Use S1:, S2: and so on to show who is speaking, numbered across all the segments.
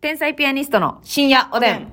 S1: 天才ピアニストの深夜おでん。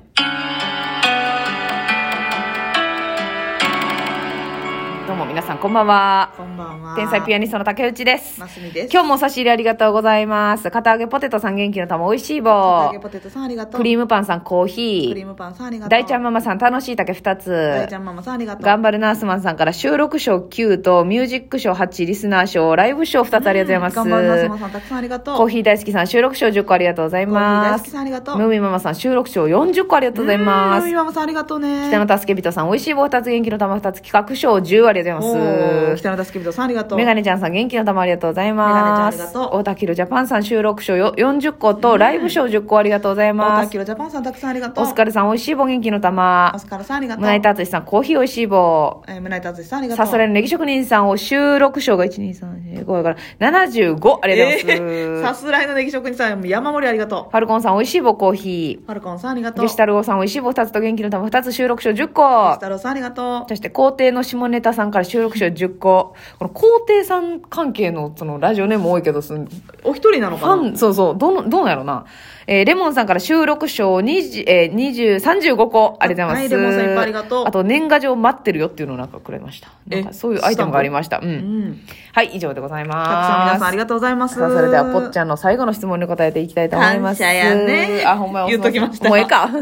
S1: どうも皆さんこんばんは。
S2: こんばんは。
S1: 天才ピア
S2: ニ
S1: ニストの竹内です。
S2: ますみです。
S1: 今日もお差し入れありがとうございます。片揚げポテトさん元気の玉美味しい棒
S2: 揚げ。ポテトさんありがとう。
S1: クリームパンさんコー
S2: クリ
S1: ヒ
S2: ー
S1: ー。
S2: ムパンさんありがとう。
S1: 大ちゃんママさん楽しい竹2
S2: 大
S1: つ
S2: ちゃ。んママさんありがとう。
S1: 頑張るナースマンさんから収録賞9とミュージック賞8、リスナー賞、ライブ賞2つありがとうございます。
S2: 頑張るナスマさんたくさんありがとう。
S1: コーヒー大好きさん収録賞10個ありがとうござい
S2: コーヒー
S1: ま
S2: 大好き
S1: す
S2: さ。んありがとう。
S1: ムーミンママさん収録賞40個ありがとうございま
S2: うん
S1: す
S2: み。ママさんありがとうね。
S1: 北野助人さん、美味しい棒2つ、元気の玉2つ、企画賞10ありがとうござい
S2: お
S1: ま
S2: ー
S1: す。
S2: 北野助人さんありがとう。
S1: メガネちゃんさん、元気の玉ありがとうございま
S2: メガネちゃんあ
S1: す。
S2: りがとう
S1: 大田キルジャパンさん、収録賞よ40個と、ライブ賞10個ありがとうござい
S2: 大
S1: ま
S2: 田
S1: す。
S2: キロジャパンさんたくさんありがとう。
S1: オスカルさん、美味しい棒、元気の玉
S2: オ。スカルさんありがとう。
S1: 胸板淳さん、コーヒー美味しい棒。
S2: えー胸板淳さんありがとう。
S1: さすらいのネギ職人さんを収録賞が1、2、3、4、5から75。ありがとうございます。
S2: えーさすらいのネギ職人さん、山盛りありがと
S1: ファルコンさん、美味しい棒、コーヒ
S2: う。ファルコンさんありが
S1: ー。
S2: とう。
S1: デジタル王さん、美味しい棒2つと元気の玉2つ、収録賞10個。
S2: 吉太郎さんありがと
S1: そして皇帝の下ネタさんから収録賞10個。この皇帝さん関係のそのラジオネーム多いけど、そのフ
S2: う。お一人なのかな
S1: ァン、そうそう、どの、どうなんやろうな。えーレモンさんから収録賞20、えー、20、35個ありがとうございます。
S2: はいレモンさんいっぱいありがとう
S1: あと、年賀状待ってるよっていうのをなんかくれました。なんか
S2: え
S1: そういうアイテムがありました。う。
S2: うんん。
S1: はい、以上でござい
S2: たくさん
S1: ます。
S2: 皆さんありがとうございます。
S1: さあそれでは、ぽっちゃんの最後の質問に答えていきたいと思います。
S2: 感謝やね
S1: あ、ほんまや
S2: 言っときました
S1: もうええか。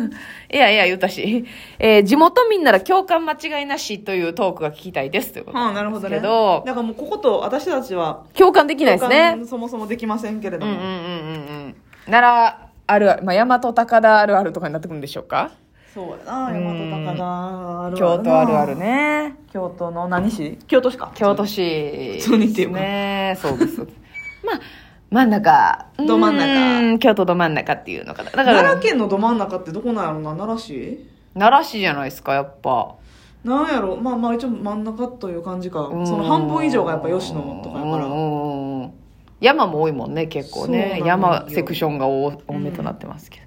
S1: いやいや、言ったし。えー地元民なら共感間違いなしというトークが聞きたいですということ
S2: はあ、な
S1: な
S2: る
S1: ん
S2: ほ
S1: ですけ
S2: どね。
S1: ど、
S2: だからもうここと私たちは、
S1: 共感できないですね。
S2: そもそもできませんけれど
S1: うんうんうんう
S2: も。
S1: んうん。なら、あるある、まあ、大和高田あるあるとかになってくるんでしょうか
S2: そうだな、山高田ある
S1: 京都あるある
S2: ね。
S1: ね。
S2: 京都の何市京都市か。
S1: 京都市です
S2: そう似てるわ
S1: ね。そうです。まあ、真ん中。
S2: ど真ん中
S1: うん京都ど真ん中っていうのかな。だから、
S2: 奈良県のど真ん中ってどこなんやろな、奈良市
S1: 奈良市じゃないですかやっぱ
S2: なんやろまあまあ一応真ん中という感じか。その半分以上がやっぱ吉野とかやか
S1: ら
S2: ら。
S1: 山も多いもんね結構
S2: そうなの
S1: ね
S2: よ
S1: 山セクションが多多めとなってますけ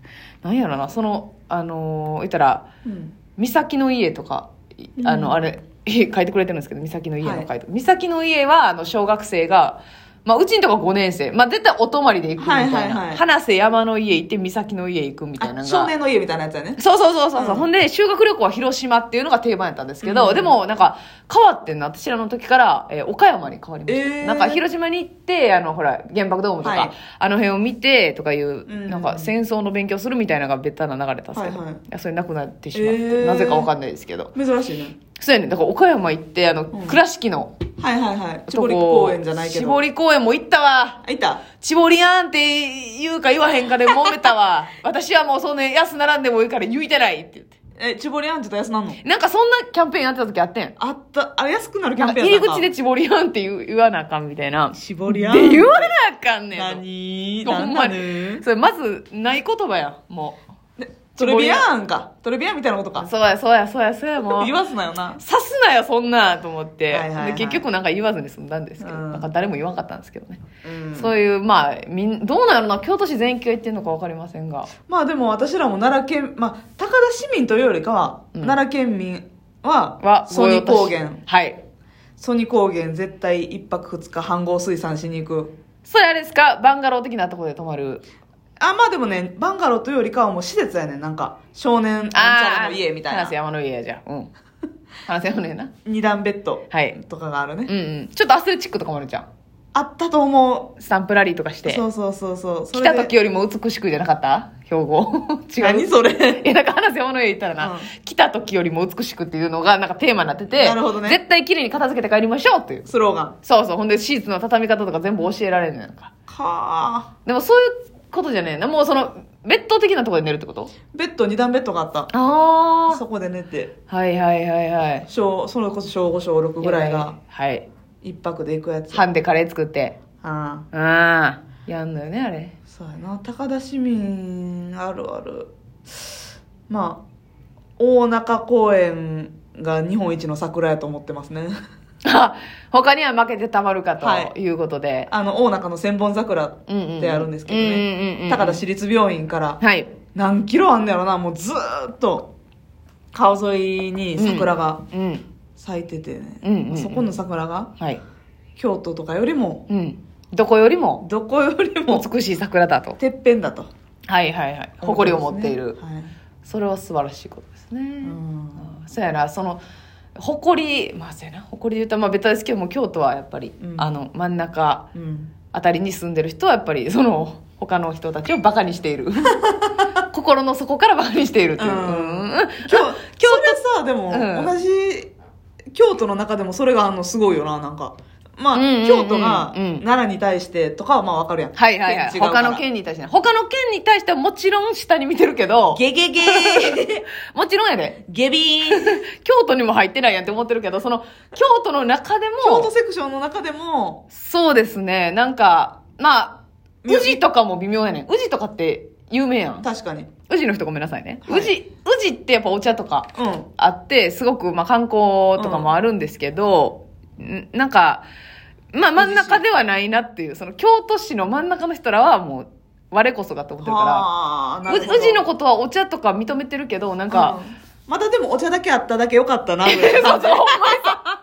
S1: ど、なんやろなそのあのー言ったら
S2: うん。
S1: 「岬の家」とかいあの、
S2: うん
S1: あれ 書いてくれてるんですけど「岬の家」の書いて、
S2: は
S1: 岬の家はあの小学生がまあ、うちんとこ5年生。まあ、絶対お泊まりで行くみたいな。
S2: はいはいはい
S1: 花瀬山の家行って、岬の家行くみたいなの
S2: あ、
S1: が。
S2: 少年の家みたいなやつやね。
S1: そうそうそうそう。う
S2: うん
S1: ほんで、修学旅行は広島っていうのが定番やったんですけど、
S2: うん
S1: でも、なんか、変わってんの、私らの時から、えー岡山に変わりました。
S2: えー
S1: なんか、広島に行って、あの、ほら、原爆ドームとか、
S2: はい
S1: あの辺を見て、とかいう、
S2: うん
S1: なんか、戦争の勉強するみたいなのがベタな流れたんですけど、
S2: はいいはい
S1: やそれなくなってしまって、
S2: えー
S1: なぜかわかんないですけど。
S2: 珍しいね。
S1: そうやね。だから、岡山行って、あの、
S2: ん
S1: 倉敷の、
S2: はいはいはい。
S1: とこ
S2: ぼり公園じゃないけ
S1: 絞
S2: ど。
S1: り公園も行ったわ。
S2: あ、いた
S1: ちぼりやんって言うか言わへんかで揉めたわ。 私はもうそんな安並んでもいいから言いてないって言って。
S2: え、ちぼりあんちょっと安なんの
S1: なんかそんなキャンペーンやってた時あってん。
S2: あった、あれ安くなるキ
S1: な
S2: ャ
S1: ん
S2: ンペ
S1: か
S2: ー
S1: 入
S2: ンや
S1: り
S2: った
S1: 口でちぼりあんって言う言わなあかんみたいな。で、
S2: しぼりあん。
S1: 言われなあかんねんと。
S2: 何
S1: ほんまに。それまず、ない言葉やん、も
S2: トレビアンか。トレビアンみたいなこと
S1: う。
S2: か。
S1: そうや、そうや、そうや、そうや、もう
S2: 言。わすなよな。
S1: 刺すなよ、そんなと思って、
S2: はいはいはい
S1: で。結局なんか言わずに済んだんですけど、
S2: うん
S1: なんか誰も言わんかったんですけどね。
S2: うん
S1: そういう、まあ、みん、どうなるな、京都市全域が言ってんのかわかりませんが。
S2: まあでも私らも奈良県、まあ高田市民というよりかは、
S1: うん
S2: 奈良県民は
S1: は、、
S2: ソニ高
S1: 御用
S2: 原
S1: 達。はい。
S2: ソニ高原絶対一泊二日飯合水産しに行く。
S1: それあれですかバンガロー的なところで泊まる。
S2: あ、まあでもね、バンガローというよりかはもう施設やねん。なんか、少年なんちゃらの家みたい
S1: 話
S2: な。
S1: 山の家やじゃん。うん。話山の家な。
S2: 二段ベッド
S1: はい
S2: とかがあるね。
S1: うんうん。ちょっとアスレチックとかもあるじゃん。
S2: あったと思
S1: スタンプラリーとかし
S2: う。
S1: て。
S2: そうそうそうそう。そ
S1: 来
S2: れ
S1: た
S2: で
S1: 時よりも美しくじゃなかった標語。 違
S2: 何
S1: う。
S2: それ
S1: え、なんか話山の家行ったらな、
S2: うん
S1: 来た時よりも美しくっていうのがなんかテーマになってて、
S2: なるほどね
S1: 絶対綺麗に片付けて帰りましょうっていう。
S2: スローガン。
S1: そうそう。ほんでシーツの畳み方とか全部教えられるのやんか。
S2: か
S1: でもそういうことじゃねえな。もうその、ベッド的なところで寝るってこと
S2: ーベッド、二段ベッドがあった。
S1: あ
S2: そこで寝て、
S1: あ。はいはいはいはい。
S2: 小、それこそ小5、小6ぐらいが。
S1: はい。
S2: 一泊で行くやつ。
S1: ハンでカレー作って。
S2: ああ
S1: ああ。やんのよね、あれ。
S2: そうやな高田市民あるあるまあ大中公園が日本一の桜やと思ってますね
S1: あ 他には負けてたまるか
S2: は
S1: ということで。
S2: あの大中の千本桜ってあるんですけど
S1: うんうんうんうんう
S2: ね
S1: ん
S2: 高田市立病院から
S1: はい。
S2: 何キロあんねやろなもうずーっと川沿いに桜が
S1: うん。
S2: 咲いててね、
S1: うんうんうん
S2: そこの桜が
S1: はい。
S2: 京都とかよりも
S1: うん。どこよりも
S2: どこよりも
S1: 美しい桜だと。
S2: てっぺんだと
S1: はいはいはい誇りを持っている、
S2: はい
S1: それは素晴らしいことですね、
S2: うん
S1: そうやなその誇りまあそうやな誇りで言うとまあベタですけども京都はやっぱり、
S2: うん
S1: あの真ん中
S2: うん
S1: あたりに住んでる人はやっぱりその他の人たちをバカにしてい る心の底からバカにして いるっていう、
S2: うん
S1: うん
S2: 京京都さでも、
S1: うん
S2: 同じ京都の中でもそれがあんのすごいよななんかまあ、
S1: うんうんうん
S2: 京都が
S1: うん
S2: 奈良に対してとかはまあわかるやん
S1: はいはいはい
S2: 県違うから
S1: 他の県に対してね他の県に対してはもちろん下に見てるけど
S2: ゲゲゲー
S1: もちろんやで
S2: ゲビーン
S1: 京都にも入ってないやんって思ってるけどその京都の中で
S2: 京都
S1: も
S2: セクションの中でも
S1: そうですねなんかまあ
S2: うん
S1: 宇治とかも微妙やねん宇治とかって有名やん
S2: 確かに
S1: 宇治の人ごめんなさいね、
S2: はい
S1: 宇治宇治ってやっぱお茶とか
S2: うん
S1: あってすごくまあ観光とかもあるんですけど、んなんかまあ真ん中ではないなっていうその京都市の真ん中の人らはもう我こそがと思ってるか
S2: はあ
S1: ら
S2: な
S1: う
S2: る
S1: 宇
S2: ほど
S1: 治のことはお茶とか認めてるけどなんか、
S2: うんまたでもお茶だけあっただけよかったなぐらい
S1: そうそうほんまにそう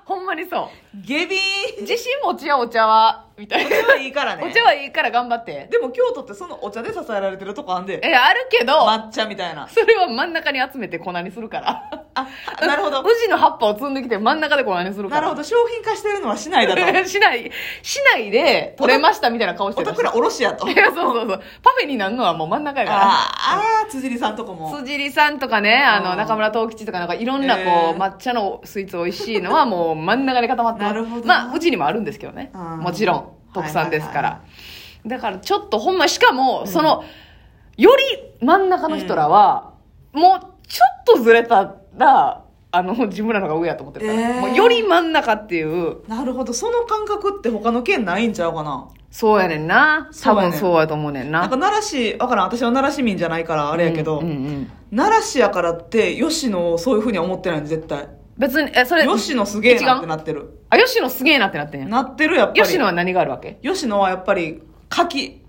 S1: ほんまにそ
S2: ゲビー
S1: う自信持ちやお茶はみたい
S2: ンお
S1: な
S2: 茶はいいからね
S1: お茶はいいから頑張って
S2: でも京都ってそのお茶で支えられてるとこあんで
S1: えあるけど、
S2: 抹茶みたいな
S1: それは真ん中に集めて粉にするから
S2: あなるほど
S1: 宇治の葉っぱを摘んできて真ん中で粉にするか
S2: な
S1: ら
S2: るほど商品化してるのは市内だと
S1: 市内、市内で取れましたみたいな顔して
S2: お
S1: る
S2: たくらおろしやと
S1: いや、そうそうそう。パフェになるのはもう真ん中やか
S2: あーあー辻里さんとこ
S1: ら。
S2: も
S1: 辻里さんとかね、あ
S2: う
S1: の、
S2: ん
S1: 中村藤吉とかなんかいろんなこ
S2: え
S1: う、
S2: ー
S1: 抹茶のスイーツ美味しいのはもう真ん中で固まってます
S2: なるほど
S1: まあ、うちにもあるんですけどね。
S2: うん
S1: もちろん、特産ですか
S2: はい
S1: ら。だからちょっとほんま、しかも、その、より真ん中の人らは、もうちょっとずれたら、あの、自分らの方が上やと思ってるから、
S2: えー
S1: もうより真ん中っていう、
S2: なるほどその感覚って他の県ないんちゃうかな
S1: そうやねんな。
S2: そ
S1: 多
S2: うやねん
S1: 分そうやと思うねんな。
S2: なんか奈良市わからん私は奈良市民じゃないからあ
S1: あ
S2: れやけど、
S1: うんうんうん
S2: 奈良市やからって吉野をそういうふうには思ってないの絶対
S1: 別に、え、それ、
S2: 吉野すげえ
S1: え違
S2: な
S1: う
S2: ってなってる
S1: あ、吉野すげえなってなってんやん。
S2: なってるやっぱり
S1: 吉野は何があるわけ
S2: 吉野はやっぱり柿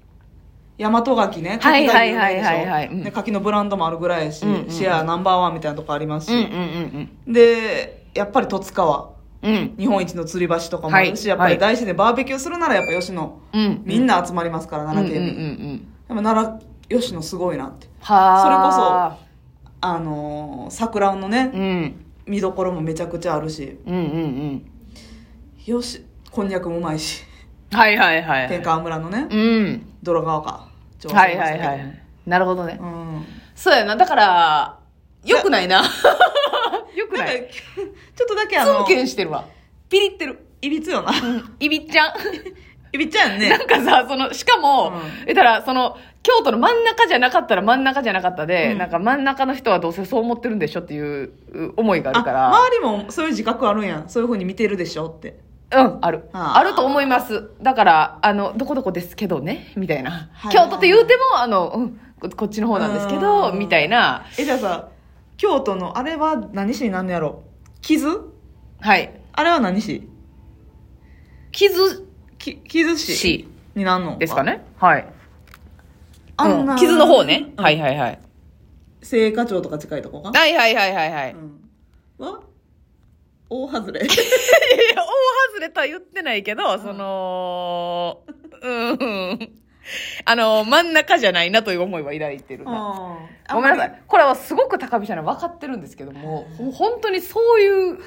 S2: 大和柿
S1: は
S2: ね柿
S1: い
S2: が
S1: はい
S2: 有名
S1: はい
S2: で
S1: はいはい
S2: し
S1: うん
S2: ょで柿のブランドもあるぐらいやし、
S1: うんうん
S2: シェアナンバーワンみたいなとこあります
S1: うんうん
S2: し、でやっぱり戸塚は
S1: うんうん。
S2: 日本一の吊り橋とかもあるし、
S1: はい
S2: やっぱ
S1: は
S2: り
S1: い
S2: 大自然バーベキューするならやっぱ吉野、
S1: うん。うん。
S2: みんな集まりますから
S1: うんうん
S2: 奈
S1: うん
S2: 良
S1: う
S2: 県に、
S1: ん。
S2: でも奈良吉野すごいなって
S1: はあ。
S2: あのー桜のね
S1: それこそ。うん。
S2: 見どころもめちゃくちゃあるし
S1: うんうんうん。
S2: よしこんにゃくもうまいし
S1: はいはいはい。
S2: 天川村のね
S1: うん。
S2: 泥川か
S1: はいはいは、い。なるほどね
S2: う。ん、
S1: そうやな。だから、よくないな。よく
S2: な
S1: な
S2: んか
S1: い。
S2: ちょっとだけあ
S1: つ
S2: の
S1: むけんしてるわ。
S2: ピリってるいびつよな
S1: いびっちゃん。
S2: いびっちゃうやんね
S1: なんかさ、その、しかも、
S2: うん
S1: えだから、その、京都の真ん中じゃなかったら真ん中じゃなかったで、
S2: うん
S1: なんか真ん中の人はどうせそう思ってるんでしょっていうう思いがあ
S2: あ
S1: るから。
S2: 周りもそういう自覚あるんやんそういうふうに見てるでしょって
S1: うん、ある。
S2: あ
S1: あ
S2: ー
S1: ると思います。だから、あの、どこどこですけどね、みたいな。
S2: はい
S1: 京都って言うても、あの、うん、ここっちの方なんですけど、
S2: うん
S1: みたいな。
S2: えじゃあさ京都のあれは何市になんのやろ傷
S1: はい。
S2: あれは何市
S1: 傷
S2: き傷市
S1: し
S2: になんの
S1: ですかね。はい。
S2: あん
S1: う
S2: なん
S1: 傷の方ね。
S2: うん
S1: はいはいはい。
S2: 青果町とか近いとこか
S1: はいはいはいはいはい。
S2: うんは大 外れ
S1: いや大外れとは言ってないけど、その、うん。あの、真ん中じゃないなという思いは抱いてるな。ごめんなさ
S2: い
S1: い。これはすごく高飛車なの分かってるんですけども、ほ本当にそういう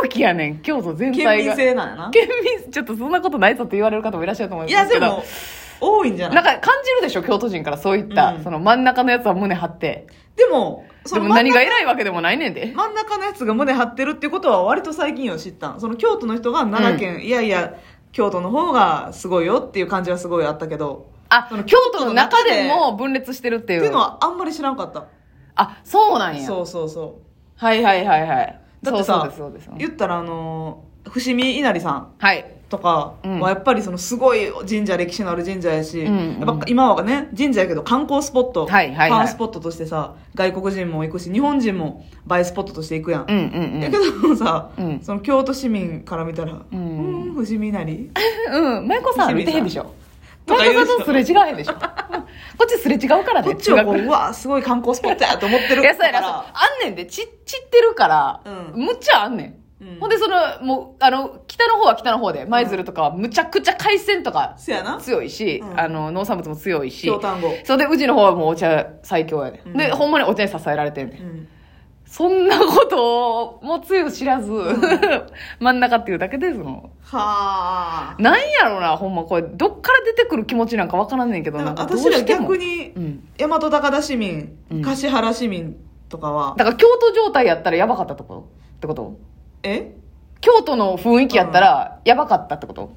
S1: 空気やねん、 京都全
S2: 県
S1: 体
S2: 民
S1: が。
S2: 性なんやな
S1: 県民ちょっとそんなことないぞって言われる方もいらっしゃると思い
S2: い
S1: ま
S2: や
S1: すけ
S2: で
S1: ど。
S2: も多いんじゃ
S1: な
S2: なんい
S1: か感じるでしょ、京都人からそういった、
S2: うん
S1: その真ん中のやつは胸張って。
S2: でもそ
S1: で
S2: の
S1: も
S2: 真ん
S1: 何
S2: 中
S1: が偉いわけでもないねんで。
S2: 真ん中のやつが胸張ってるってことは割と最近よ知ったんその京都の人が奈良県、いやいや京都の方がすごいよっていう感じはすごいあったけど
S1: あ
S2: その、
S1: 京都の中でも分裂してるってい
S2: っ
S1: う。
S2: ていうのはあんまり知らんかった
S1: あ、そうなんや。
S2: そうそうそ
S1: はいはいはいはい。
S2: うだってさ
S1: そうそうです、そうです。
S2: 言ったらあのー伏見稲荷さん
S1: はい。
S2: とか
S1: うん
S2: はやっぱりそのすごい神社歴史のある神社やし、
S1: うんうん
S2: やっぱ今はね神社やけど観光スポット、
S1: はいはいはい
S2: パワースポットとしてさ外国人も行くし日本人も映えスポットとして行くやん、
S1: うんうん
S2: だけどさ、
S1: うん
S2: その京都市民から見たら「う
S1: うんん
S2: 富士見なり?
S1: うん。うん。舞子さん見てへんでしょ。舞
S2: とか言
S1: 子
S2: うでし
S1: さ
S2: ょ
S1: んとすれ違えへん でしょ。こっちすれ違うから」ね。
S2: こっちをこう「
S1: 違う
S2: うわすごい観光スポットや」と思ってる
S1: いや、そうやな。そう
S2: か
S1: あんねんで、ち、散ってるから、
S2: う
S1: むっちゃあんねん。
S2: らうん
S1: ほんで、その、もう、あの、北の方は北の方で、舞鶴とかはむちゃくちゃ海鮮とか
S2: せやな
S1: 強いし、
S2: うん
S1: あの、農産物も強いし
S2: 京、丹後
S1: それで、うちの方はもうお茶最強やね、
S2: うん
S1: で、ほんまにお茶に支えられてんねん。
S2: うん
S1: そんなことを、もつゆ知ら ず、
S2: ん
S1: 真ん中っていうだけで、その、
S2: はあ
S1: なんやろうな、ほんま、これ、どっから出てくる気持ちなんかわからんねんけど、なんかどう
S2: 私ら
S1: しても。
S2: 逆に
S1: うん。
S2: 大和高田市民
S1: うん
S2: 橿原市民とかは
S1: だから、京都状態やったらやばかったってことってこと
S2: え
S1: 京都の雰囲気やったら、やばかったってこと、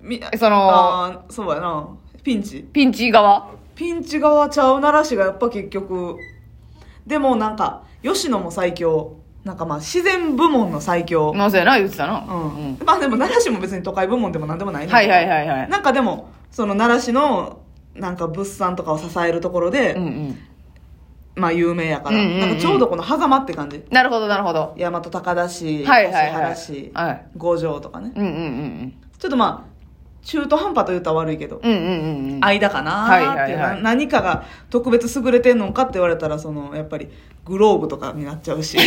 S2: み
S1: その、
S2: あーそうやなピンチ
S1: ピンチ側
S2: ピンチ側ちゃうならしがやっぱ結局でもなんか吉野も最強なんかまあ自然部門の最強
S1: なぜやな、言ってたな。
S2: うん、まあでも奈良市も別に都会部門でも何でもないね
S1: はいはいはいはい。
S2: なんかでもその奈良市のなんか物産とかを支えるところで、
S1: うんうん。
S2: まあ有名やから、
S1: うんうんうん
S2: なんかちょうどこの狭間って感じ
S1: なるほどなるほど。
S2: 大和高田市橿
S1: はいはいはい
S2: 原市、。
S1: はい。
S2: 五条とかね
S1: うんうんうん
S2: ちょっとまあ中途半端と言ったら悪いけど、
S1: うん。うんうんうんうん。
S2: 間かなーってい
S1: はい
S2: う、
S1: はいはい
S2: な何かが特別優れてんのかって言われたらそのやっぱりグローブとかになっちゃ うし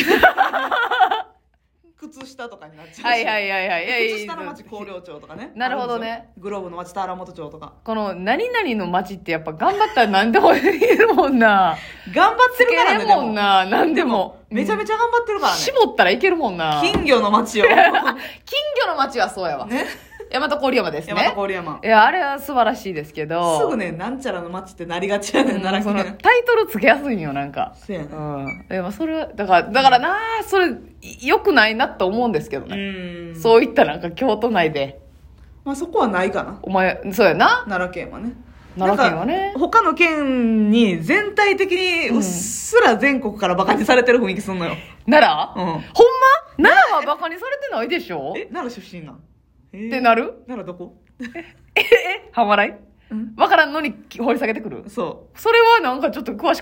S2: 靴下とかになっちゃうし、
S1: はいはいはいはいいやいや。
S2: 靴下の町広陵町とかね
S1: なるほどね
S2: グローブの町田原本町とか
S1: この、何々の街ってやっぱ頑張ったら何でも言えるもんな。
S2: 頑張って
S1: つ
S2: る
S1: け
S2: からね
S1: れるもんな。何でも。
S2: でもめちゃめ
S1: ち
S2: ちゃ頑張ってるからね、
S1: 絞ったらいけるもんな。
S2: 金魚 の町よ
S1: あ金魚の街はそうやわ。
S2: ね
S1: 大和郡山です
S2: 大和
S1: ね。
S2: 郡山、
S1: いや、あれは素晴らしいですけど。
S2: すぐねなんちゃらの町ってなりがちやね
S1: うんん
S2: 奈
S1: そ
S2: 良
S1: の
S2: 県
S1: タイトルつけやすいんよ、なんか。
S2: そうやね
S1: うん。え、まあ、それは、だから、だからな、それ、い良くないなと思うんですけど
S2: う
S1: ね。
S2: んそ,、
S1: そういったなんか京都内で、
S2: まあ、そこはないかな
S1: お前、そうやな。
S2: 奈良県はね
S1: 奈良県はね
S2: なんか他の県に全体的にうっすら全国からバカにされてる雰囲気すんのよ、
S1: 奈
S2: う
S1: 良、
S2: ん
S1: ほんま奈良はバカにされてないでしょ
S2: え奈良出身なんえー
S1: ってなる
S2: 奈良どこ、
S1: え、え、半笑い
S2: うん、
S1: わからんのに掘り下げてくる
S2: そ
S1: それはなんかちょっと詳し